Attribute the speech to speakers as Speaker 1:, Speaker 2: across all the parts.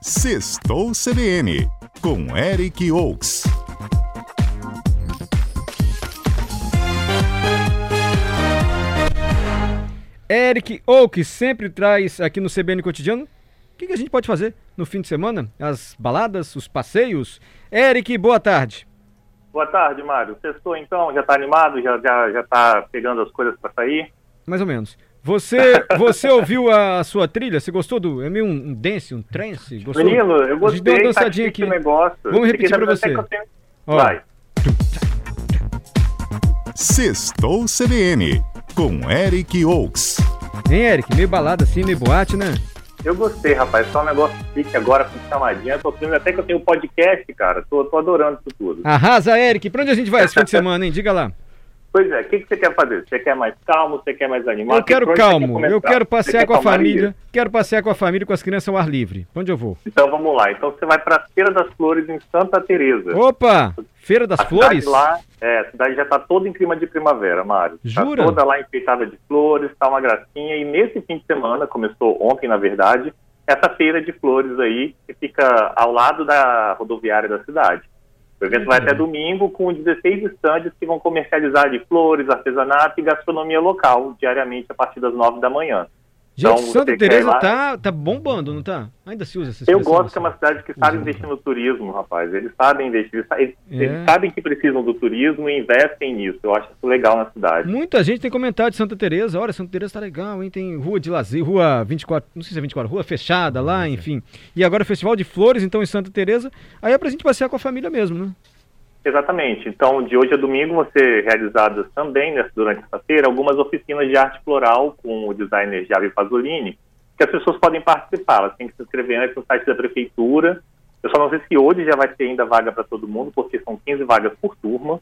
Speaker 1: Sextou CBN, com Eric Oaks.
Speaker 2: Eric Oak sempre traz aqui no CBN Cotidiano o que, que a gente pode fazer no fim de semana, as baladas, os passeios. Eric, boa tarde.
Speaker 3: Boa tarde, Mário. Sextou então, já tá animado, já, já, já tá pegando as coisas para sair?
Speaker 2: Mais ou menos. Você, você ouviu a sua trilha? Você gostou do. É meio um dance, um trance? Gostou?
Speaker 3: Menino, eu
Speaker 2: A gente deu
Speaker 3: gostei,
Speaker 2: uma
Speaker 3: tá
Speaker 2: dançadinha aqui.
Speaker 3: difícil o negócio.
Speaker 2: Vamos repetir
Speaker 3: Fiquei
Speaker 2: pra
Speaker 3: sabendo
Speaker 2: você.
Speaker 3: até que é eu tenho-
Speaker 2: Ó.
Speaker 3: Vai.
Speaker 1: Sextou CBN, com Eric Oaks.
Speaker 2: Hein, Eric? Meio balada assim, meio boate, né?
Speaker 3: Eu gostei, rapaz. Só um negócio fique agora com chamadinha. Eu tô vendo até que eu tenho um podcast, cara. Tô, tô adorando isso tudo.
Speaker 2: Arrasa, Eric. Pra onde a gente vai esse fim de semana, hein? Diga lá.
Speaker 3: Pois é, o que, que você quer fazer? Você quer mais calmo? Você quer mais animado?
Speaker 2: eu quero
Speaker 3: Por onde você quer
Speaker 2: calmo. Eu
Speaker 3: começar?
Speaker 2: quero
Speaker 3: Você
Speaker 2: passear
Speaker 3: quer
Speaker 2: com a
Speaker 3: calmaria?
Speaker 2: família. Quero passear com a família e com as crianças ao ar livre. Pra onde eu vou?
Speaker 3: Então vamos lá. Então você vai pra Feira das Flores em Santa Teresa.
Speaker 2: Opa! Feira das
Speaker 3: A
Speaker 2: Flores?
Speaker 3: cidade lá, é, a cidade já está toda em clima de primavera, Mário.
Speaker 2: Jura?
Speaker 3: Tá toda lá enfeitada de flores, tá uma gracinha. E nesse fim de semana, começou ontem, na verdade, essa feira de flores aí, que fica ao lado da rodoviária da cidade. O evento vai
Speaker 2: Uhum.
Speaker 3: até domingo com 16 estandes que vão comercializar de flores, artesanato e gastronomia local, diariamente a partir das 9 da manhã.
Speaker 2: Gente,
Speaker 3: Então,
Speaker 2: Santa
Speaker 3: você quer ir
Speaker 2: Teresa
Speaker 3: lá?
Speaker 2: tá, tá bombando, não tá? Ainda se usa essa
Speaker 3: Eu
Speaker 2: expressão,
Speaker 3: gosto que é uma
Speaker 2: assim.
Speaker 3: cidade que sabe investir no turismo, rapaz. Eles sabem investir, eles, sa- eles-
Speaker 2: É.
Speaker 3: eles sabem que precisam do turismo e investem nisso. Eu acho isso legal na cidade.
Speaker 2: Muita gente tem comentado de Santa Teresa. Olha, Santa Teresa tá legal, hein? Tem rua de lazer, rua 24, não sei se é 24, rua fechada lá, enfim. E agora o Festival de Flores, então, em Santa Teresa. Aí é pra gente passear com a família mesmo, né?
Speaker 3: Exatamente. Então, de hoje a domingo vão ser realizadas também, né, durante essa feira, algumas oficinas de arte floral com o designer Javi Pasolini, que as pessoas podem participar. Elas têm que se inscrever antes no site da prefeitura. Eu só não sei se hoje já vai ter ainda vaga para todo mundo, porque são 15 vagas por turma.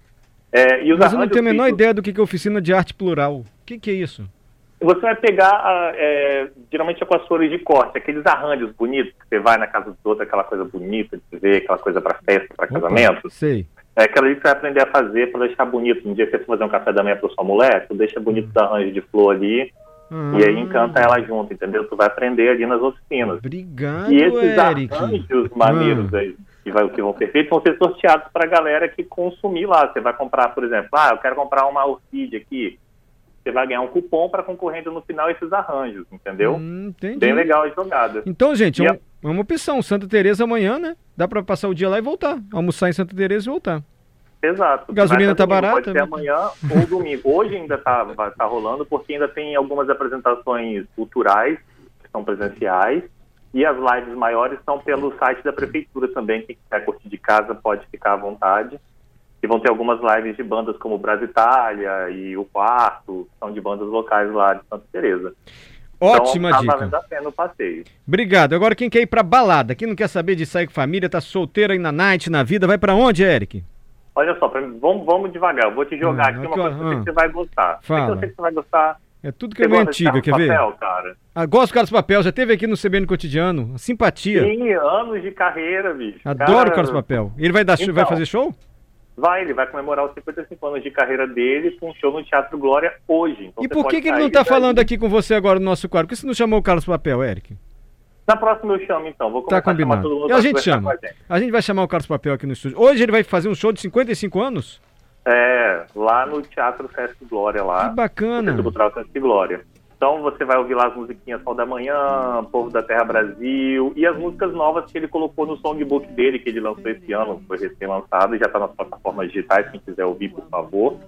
Speaker 3: É, e os
Speaker 2: Mas eu não
Speaker 3: arranjos
Speaker 2: tenho a menor
Speaker 3: feitos-
Speaker 2: ideia do que que é oficina de arte plural. O que, que é isso?
Speaker 3: Você vai pegar, a, é, geralmente é com as flores de corte, aqueles arranjos bonitos que você vai na casa dos outros, aquela coisa bonita de se ver, aquela coisa para festa, para
Speaker 2: Opa,
Speaker 3: casamento.
Speaker 2: Sei.
Speaker 3: É aquela ali que você vai aprender a fazer para deixar bonito. Um dia que você for fazer um café da manhã para sua mulher, tu deixa bonito o arranjo de flor ali e
Speaker 2: Hum.
Speaker 3: aí encanta
Speaker 2: Ah,
Speaker 3: ela junto, entendeu? Tu vai aprender ali nas oficinas.
Speaker 2: Obrigado,
Speaker 3: E esses
Speaker 2: Eric. hum.
Speaker 3: arranjos maneiros aí, que, vai, que vão ser feitos, vão ser sorteados para a galera que consumir lá. Você vai comprar, por exemplo, ah, eu quero comprar uma orquídea aqui. Você vai ganhar um cupom para concorrendo no final esses arranjos, entendeu?
Speaker 2: Hum, entendi.
Speaker 3: Bem legal a jogada.
Speaker 2: Então, gente, é,
Speaker 3: E
Speaker 2: um- é uma opção. Santa Teresa amanhã, né? Dá pra passar o dia lá e voltar. Almoçar em Santa Teresa e voltar.
Speaker 3: Exato.
Speaker 2: Gasolina
Speaker 3: Vai até
Speaker 2: tá
Speaker 3: domingo,
Speaker 2: barata,
Speaker 3: Pode ser
Speaker 2: né?
Speaker 3: amanhã ou domingo. Hoje ainda tá, vai- tá rolando, porque ainda tem algumas apresentações culturais, que são presenciais, e as lives maiores são pelo site da prefeitura também. Quem quiser curtir de casa pode ficar à vontade. E vão ter algumas lives de bandas como Brasil Itália e O Quarto, que são de bandas locais lá de Santa Teresa.
Speaker 2: Ótima
Speaker 3: então, tá
Speaker 2: dica.
Speaker 3: valendo a pena o passeio.
Speaker 2: Obrigado. Agora, quem quer ir pra balada, quem não quer saber de sair com família, tá solteiro aí na night, na vida, vai pra onde, Eric?
Speaker 3: Olha só, pra mim, vamos, vamos devagar. Eu vou te jogar
Speaker 2: Ah,
Speaker 3: aqui
Speaker 2: aqui,
Speaker 3: uma
Speaker 2: ó,
Speaker 3: coisa que eu sei
Speaker 2: ah.
Speaker 3: que você vai gostar.
Speaker 2: Fala.
Speaker 3: Eu sei que você vai gostar.
Speaker 2: É tudo que
Speaker 3: Você
Speaker 2: é meio
Speaker 3: gosta de
Speaker 2: antiga, quer
Speaker 3: Carlos
Speaker 2: ver?
Speaker 3: papel, cara?
Speaker 2: Ah, gosto do Carlos Papel, já teve aqui no CBN Cotidiano. A Simpatia.
Speaker 3: Sim, anos de carreira, bicho.
Speaker 2: Adoro o
Speaker 3: Cara,
Speaker 2: Carlos Papel. Ele vai, dar show- vai
Speaker 3: Então.
Speaker 2: fazer show?
Speaker 3: Vai, ele vai comemorar os 55 anos de carreira dele com um show no Teatro Glória hoje. Então
Speaker 2: E
Speaker 3: você
Speaker 2: por que,
Speaker 3: pode
Speaker 2: que ele não
Speaker 3: sair
Speaker 2: tá
Speaker 3: daí.
Speaker 2: falando aqui com você agora no nosso quadro? Por que você não chamou o Carlos Papel, Eric?
Speaker 3: Na próxima eu chamo, então. Vou
Speaker 2: Tá
Speaker 3: começar a chamar todo
Speaker 2: combinado.
Speaker 3: mundo
Speaker 2: E a
Speaker 3: pra
Speaker 2: gente
Speaker 3: conversar
Speaker 2: chama.
Speaker 3: com a gente.
Speaker 2: A gente vai chamar o Carlos Papel aqui no estúdio. Hoje ele vai fazer um show de 55 anos?
Speaker 3: É, lá no Teatro Festa Glória, lá.
Speaker 2: Que bacana.
Speaker 3: Centro Cultural Festa Glória. Então você vai ouvir lá as musiquinhas Sol da Manhã, Povo da Terra Brasil e as músicas novas que ele colocou no songbook dele, que ele lançou esse ano, foi recém-lançado e já está nas plataformas digitais, quem quiser ouvir, por favor.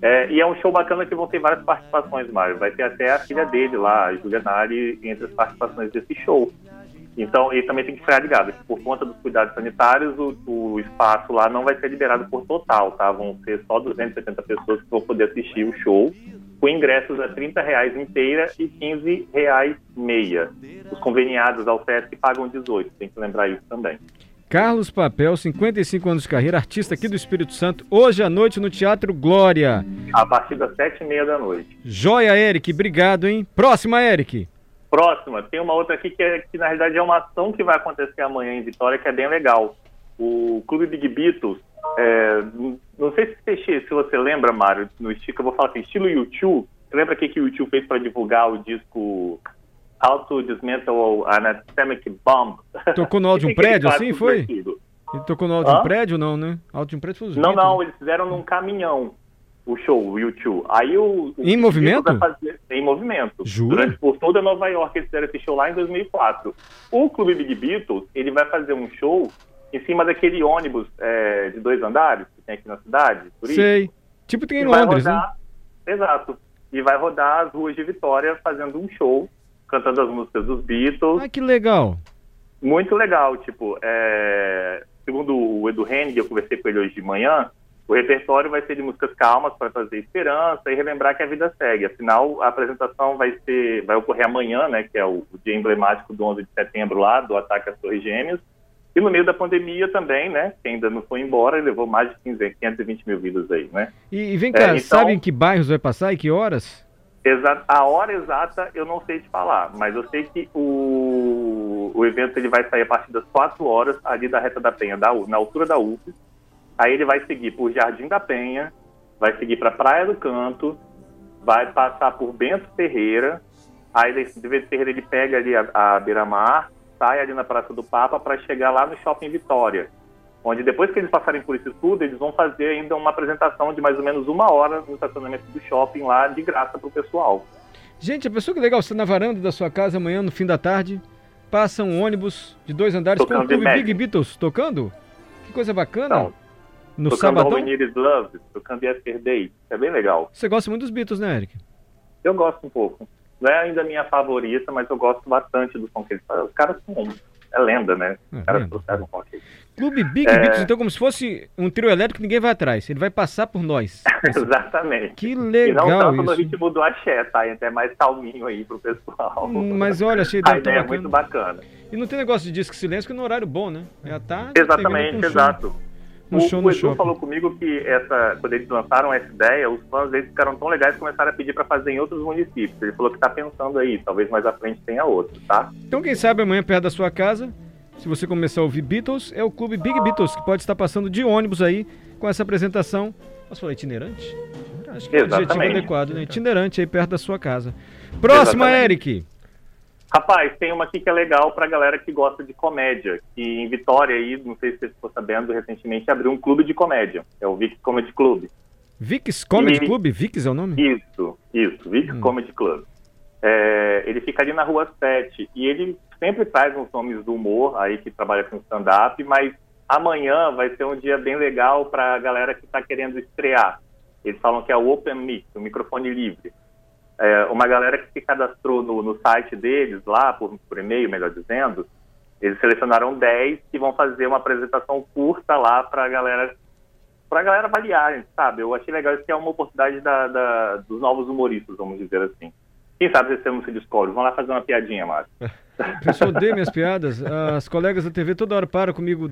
Speaker 3: É, e é um show bacana que vão ter várias participações, Mário. Vai ter até a filha dele lá, a Julianari, entre as participações desse show. Então, e também tem que ficar ligado, que por conta dos cuidados sanitários, o, o espaço lá não vai ser liberado por total, tá? Vão ser só 270 pessoas que vão poder assistir o show, com ingressos a R$ 30 reais inteira e R$ 15 reais meia. Os conveniados ao SESC pagam 18, tem que lembrar isso também.
Speaker 2: Carlos Papel, 55 anos de carreira, artista aqui do Espírito Santo, hoje à noite no Teatro Glória.
Speaker 3: A partir das sete e meia da noite.
Speaker 2: Joia, Eric, obrigado, hein? Próxima, Eric.
Speaker 3: Próxima, tem uma outra aqui que, é- que na realidade é uma ação que vai acontecer amanhã em Vitória, que é bem legal. O Clube Big Beatles, é, n- não sei se você, se você lembra, Mário, no estilo, eu vou falar assim, estilo YouTube. Lembra o que, que o YouTube fez para divulgar o disco How to Dismantle Anatomic Bomb.
Speaker 2: Tocou no áudio de um
Speaker 3: Que que ele
Speaker 2: prédio,
Speaker 3: faz
Speaker 2: assim,
Speaker 3: com o
Speaker 2: foi?
Speaker 3: vestido?
Speaker 2: Ele tocou no áudio de
Speaker 3: Hã?
Speaker 2: um prédio, não, né? Áudio de um prédio foi os
Speaker 3: Não,
Speaker 2: Beatles,
Speaker 3: não,
Speaker 2: né?
Speaker 3: eles fizeram num caminhão o show, o YouTube. Aí o, o
Speaker 2: Em
Speaker 3: o
Speaker 2: movimento?
Speaker 3: Beatles vai fazer- em movimento.
Speaker 2: Jura?
Speaker 3: Durante- por toda Nova York eles fizeram esse show lá em 2004. O Clube Big Beatles, ele vai fazer um show em cima daquele ônibus é, de dois andares que tem aqui na cidade. turístico.
Speaker 2: Sei. Tipo tem
Speaker 3: E
Speaker 2: em
Speaker 3: vai
Speaker 2: Londres, né?
Speaker 3: rodar, Exato. E vai rodar as ruas de Vitória fazendo um show, cantando as músicas dos Beatles.
Speaker 2: Ah, que legal.
Speaker 3: Muito legal, tipo, é, segundo o Edu Henning, eu conversei com ele hoje de manhã, o repertório vai ser de músicas calmas para trazer esperança e relembrar que a vida segue. Afinal, a apresentação vai ser, vai ocorrer amanhã, né, que é o, o dia emblemático do 11 de setembro lá, do ataque às Torres Gêmeas. E no meio da pandemia também, né, que ainda não foi embora e levou mais de 15, 520 mil vidas aí, né.
Speaker 2: E, e vem cá,
Speaker 3: então-
Speaker 2: sabe em que bairros vai passar e que horas?
Speaker 3: Exa- a hora exata eu não sei te falar, mas eu sei que o, o evento ele vai sair a partir das 4 horas ali da reta da Penha, da U- na altura da UF. Aí ele vai seguir por Jardim da Penha, vai seguir para Praia do Canto, vai passar por Bento Ferreira. Aí desse- de Bento Ferreira ele pega ali a, a Beira-Mar, sai ali na Praça do Papa para chegar lá no Shopping Vitória. Onde depois que eles passarem por isso tudo, eles vão fazer ainda uma apresentação de mais ou menos uma hora no estacionamento do shopping lá, de graça pro pessoal.
Speaker 2: Gente, a pessoa que legal, você tá na varanda da sua casa amanhã, no fim da tarde, passa um ônibus de dois andares com o
Speaker 3: Tocando
Speaker 2: clube
Speaker 3: Imagine.
Speaker 2: Big Beatles tocando? Que coisa bacana.
Speaker 3: Então,
Speaker 2: no
Speaker 3: tocando
Speaker 2: sabadão.
Speaker 3: All We Need Is Love, tocando Yesterday, é bem legal.
Speaker 2: Você gosta muito dos Beatles, né, Eric?
Speaker 3: Eu gosto um pouco. Não é ainda a minha favorita, mas eu gosto bastante do som que eles fazem. Os caras são... É lenda, né? Os
Speaker 2: É,
Speaker 3: caras
Speaker 2: lenda.
Speaker 3: trouxeram um rock aí.
Speaker 2: Clube Big
Speaker 3: É.
Speaker 2: Beatles, então, como se fosse um trio elétrico, ninguém vai atrás. Ele vai passar por nós.
Speaker 3: Exatamente.
Speaker 2: Que
Speaker 3: e não
Speaker 2: legal
Speaker 3: tanto no
Speaker 2: isso.
Speaker 3: ritmo do axé, tá? É até mais calminho aí pro pessoal.
Speaker 2: Hum, Mas olha, achei
Speaker 3: a
Speaker 2: ideia tão
Speaker 3: ideia é
Speaker 2: bacana.
Speaker 3: muito bacana.
Speaker 2: E não tem negócio de disco silêncio que no horário bom, né? É à tarde. pegando
Speaker 3: Exatamente,
Speaker 2: com
Speaker 3: exato.
Speaker 2: Um
Speaker 3: o,
Speaker 2: show
Speaker 3: o
Speaker 2: no
Speaker 3: Edu
Speaker 2: shopping.
Speaker 3: falou comigo que essa, quando eles lançaram essa ideia, os fãs eles ficaram tão legais que começaram a pedir para fazer em outros municípios. Ele falou que tá pensando aí, talvez mais à frente tenha outro, tá?
Speaker 2: Então, quem sabe amanhã, perto da sua casa, se você começar a ouvir Beatles, é o clube Big Beatles, que pode estar passando de ônibus aí com essa apresentação. Posso falar itinerante? Acho que é o adjetivo
Speaker 3: Exatamente.
Speaker 2: adequado, né? Itinerante aí perto da sua casa. Próxima,
Speaker 3: Exatamente.
Speaker 2: Eric.
Speaker 3: Rapaz, tem uma aqui que é legal pra galera que gosta de comédia, que em Vitória aí, não sei se você ficou sabendo, recentemente abriu um clube de comédia, é o Vic Comedy Club.
Speaker 2: Vicks Comedy
Speaker 3: E-
Speaker 2: Club? Vicks é o nome?
Speaker 3: Isso, isso, Vic Comedy Club. É, ele fica ali na Rua 7 e ele sempre traz uns nomes do humor aí que trabalha com stand-up, mas amanhã vai ser um dia bem legal para a galera que está querendo estrear. Eles falam que é o Open Mic, o microfone livre. É, uma galera que se cadastrou no, no site deles lá, por, por e-mail, melhor dizendo, eles selecionaram 10 que vão fazer uma apresentação curta lá para a galera pra galera avaliar, sabe? Eu achei legal isso que é uma oportunidade da, da- dos novos humoristas, vamos dizer assim. Quem sabe você não se descobre? Vão lá fazer uma piadinha, Márcio.
Speaker 2: É A pessoa odeia minhas piadas. As colegas da TV toda hora param comigo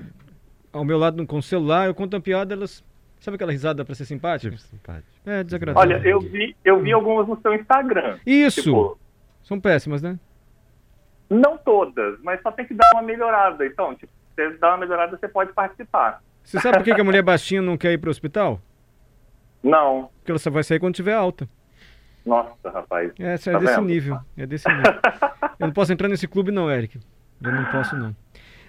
Speaker 2: ao meu lado com o celular, eu conto uma piada, elas. Sabe aquela risada pra ser simpática? É, desagradável.
Speaker 3: Olha, eu vi, eu vi algumas no seu Instagram.
Speaker 2: Isso!
Speaker 3: Tipo,
Speaker 2: São péssimas, né?
Speaker 3: não todas, mas só tem que dar uma melhorada. Então, tipo, se você dá uma melhorada, você pode participar.
Speaker 2: Você sabe por que que a mulher baixinha não quer ir pro hospital?
Speaker 3: Não.
Speaker 2: Porque ela só vai sair quando tiver alta.
Speaker 3: Nossa, rapaz.
Speaker 2: É, isso é
Speaker 3: Tá
Speaker 2: desse
Speaker 3: vendo?
Speaker 2: nível. É desse nível. Eu não posso entrar nesse clube, não, Eric. Eu não posso, não.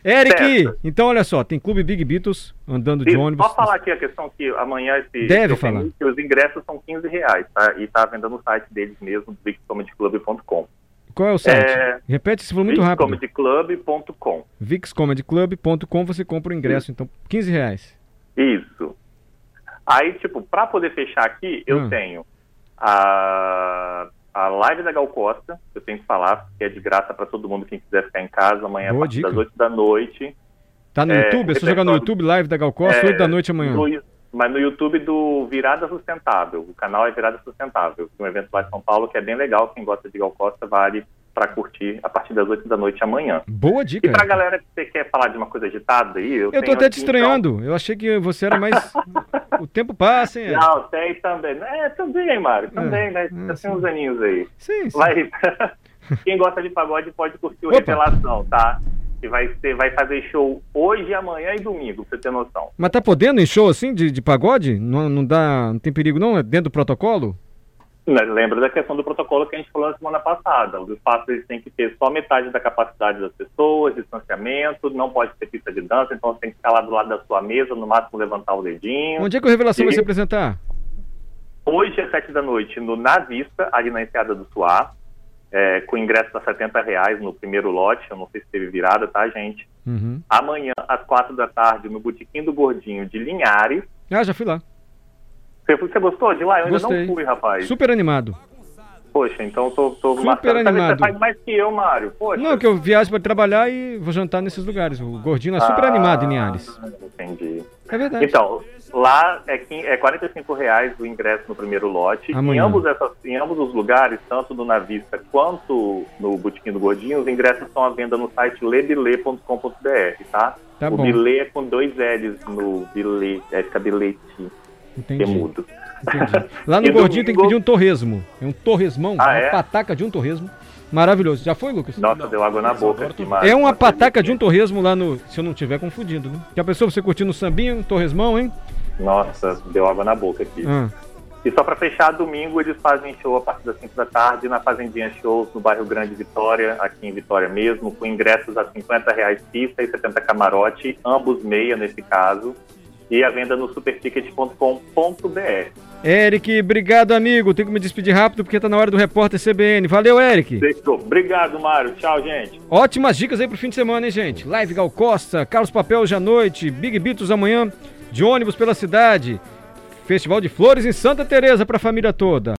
Speaker 2: Eric!
Speaker 3: Certo.
Speaker 2: Então, olha só, tem clube Big Beatles andando de
Speaker 3: Sim,
Speaker 2: ônibus.
Speaker 3: Só falar aqui a questão que amanhã esse
Speaker 2: Deve
Speaker 3: esse
Speaker 2: falar.
Speaker 3: evento, que os ingressos são 15 reais, tá? E tá vendendo no site deles mesmo, viccomedyclub.com.
Speaker 2: Qual é o site?
Speaker 3: É,
Speaker 2: Repete, se falou muito rápido.
Speaker 3: Viccomedyclub.com.
Speaker 2: VixComedyClub.com, você compra o ingresso, então, 15 reais.
Speaker 3: Isso. Aí, tipo, pra poder fechar aqui, eu
Speaker 2: Hum.
Speaker 3: tenho a, a live da Gal Costa, que eu tenho que falar, que é de graça pra todo mundo quem quiser ficar em casa amanhã
Speaker 2: Boa
Speaker 3: a partir
Speaker 2: dica.
Speaker 3: das 8 da noite.
Speaker 2: Tá no
Speaker 3: É,
Speaker 2: YouTube? É só jogar no
Speaker 3: repertório-
Speaker 2: YouTube live da Gal Costa,
Speaker 3: É,
Speaker 2: 8 da noite amanhã.
Speaker 3: No- mas no YouTube do Virada Sustentável. O canal é Virada Sustentável, um evento lá de São Paulo que é bem legal. Quem gosta de Gal Costa vale pra curtir a partir das 8 da noite amanhã.
Speaker 2: Boa
Speaker 3: E
Speaker 2: dica.
Speaker 3: pra galera que você quer falar de uma coisa agitada aí, eu,
Speaker 2: Eu tô
Speaker 3: tenho
Speaker 2: até
Speaker 3: aqui,
Speaker 2: te
Speaker 3: então-
Speaker 2: estranhando. Eu achei que você era mais. o tempo passa, hein, Eric?
Speaker 3: Não, tem também. É, também, Mário, também,
Speaker 2: É,
Speaker 3: né?
Speaker 2: é,
Speaker 3: Já
Speaker 2: sim.
Speaker 3: tem uns aninhos aí.
Speaker 2: Sim, sim.
Speaker 3: Mas quem gosta de pagode pode curtir o
Speaker 2: Opa.
Speaker 3: Revelação, tá? Que vai, ser, vai fazer show hoje, amanhã e domingo, pra você ter noção.
Speaker 2: Mas tá podendo em show assim, de, de pagode? Não, não dá. Não tem perigo, não? É dentro do protocolo?
Speaker 3: Né, Lembra da questão do protocolo que a gente falou na semana passada. Os espaços eles têm que ter só metade da capacidade das pessoas, distanciamento, não pode ter pista de dança, então você tem que ficar lá do lado da sua mesa, no máximo levantar o dedinho.
Speaker 2: Onde é que o Revelação
Speaker 3: E-
Speaker 2: vai se apresentar?
Speaker 3: Hoje, às sete da noite, no Na Vista, ali na Enseada do Suá, é, com ingresso a R$ 70 reais no primeiro lote, eu não sei se teve virada, tá, gente?
Speaker 2: Uhum.
Speaker 3: Amanhã, às quatro da tarde, no Botequim do Gordinho de Linhares.
Speaker 2: Ah, já fui lá.
Speaker 3: Você, você gostou de lá? Eu ainda
Speaker 2: Gostei.
Speaker 3: não fui, rapaz.
Speaker 2: Super animado.
Speaker 3: Poxa, então eu tô, tô
Speaker 2: Super
Speaker 3: marcando. Tá vendo?
Speaker 2: animado.
Speaker 3: Você faz mais que eu, Mário. Poxa.
Speaker 2: Não, que eu viajo pra trabalhar e vou jantar nesses lugares. O gordinho é super
Speaker 3: Ah,
Speaker 2: animado em Linhares.
Speaker 3: Entendi.
Speaker 2: É verdade.
Speaker 3: Então, lá é, quin- é 45 reais o ingresso no primeiro lote. Em
Speaker 2: Amanhã.
Speaker 3: ambos, essas- em ambos os lugares, tanto no Navista quanto no Botequim do Gordinho, os ingressos estão à venda no site lebilê.com.br, tá?
Speaker 2: Tá
Speaker 3: o
Speaker 2: bom.
Speaker 3: bilê é com dois L's no bilê, é cabelete, que é
Speaker 2: Entendi.
Speaker 3: mudo.
Speaker 2: entendi. Lá no
Speaker 3: E
Speaker 2: gordinho tem que
Speaker 3: domingo-
Speaker 2: pedir um torresmo. É um torresmão,
Speaker 3: Ah,
Speaker 2: uma
Speaker 3: é?
Speaker 2: pataca de um torresmo. Maravilhoso. Já foi, Lucas?
Speaker 3: Nossa, deu água na
Speaker 4: mas
Speaker 3: boca.
Speaker 4: agora
Speaker 3: aqui,
Speaker 4: tu-
Speaker 3: Márcio.
Speaker 2: É uma
Speaker 3: Nossa,
Speaker 2: pataca de um
Speaker 3: gente.
Speaker 2: torresmo lá no. Se eu não estiver confundindo, né? Já pensou você curtindo um sambinho, um torresmão, hein?
Speaker 3: Nossa, deu água na boca aqui.
Speaker 2: Ah,
Speaker 3: E só pra fechar, domingo eles fazem show a partir das 5 da tarde na Fazendinha Shows, no bairro Grande Vitória, aqui em Vitória mesmo, com ingressos a 50 reais pista e 70 camarote, ambos meia nesse caso, e a venda no superticket.com.br.
Speaker 2: Eric, obrigado, amigo. Tenho que me despedir rápido porque tá na hora do repórter CBN. Valeu, Eric.
Speaker 3: Fechou. Obrigado, Mário. Tchau, gente.
Speaker 2: Ótimas dicas aí pro fim de semana, hein, gente? Live Gal Costa, Carlos Papel hoje à noite, Big Beatles amanhã, de ônibus pela cidade, Festival de Flores em Santa Teresa pra família toda.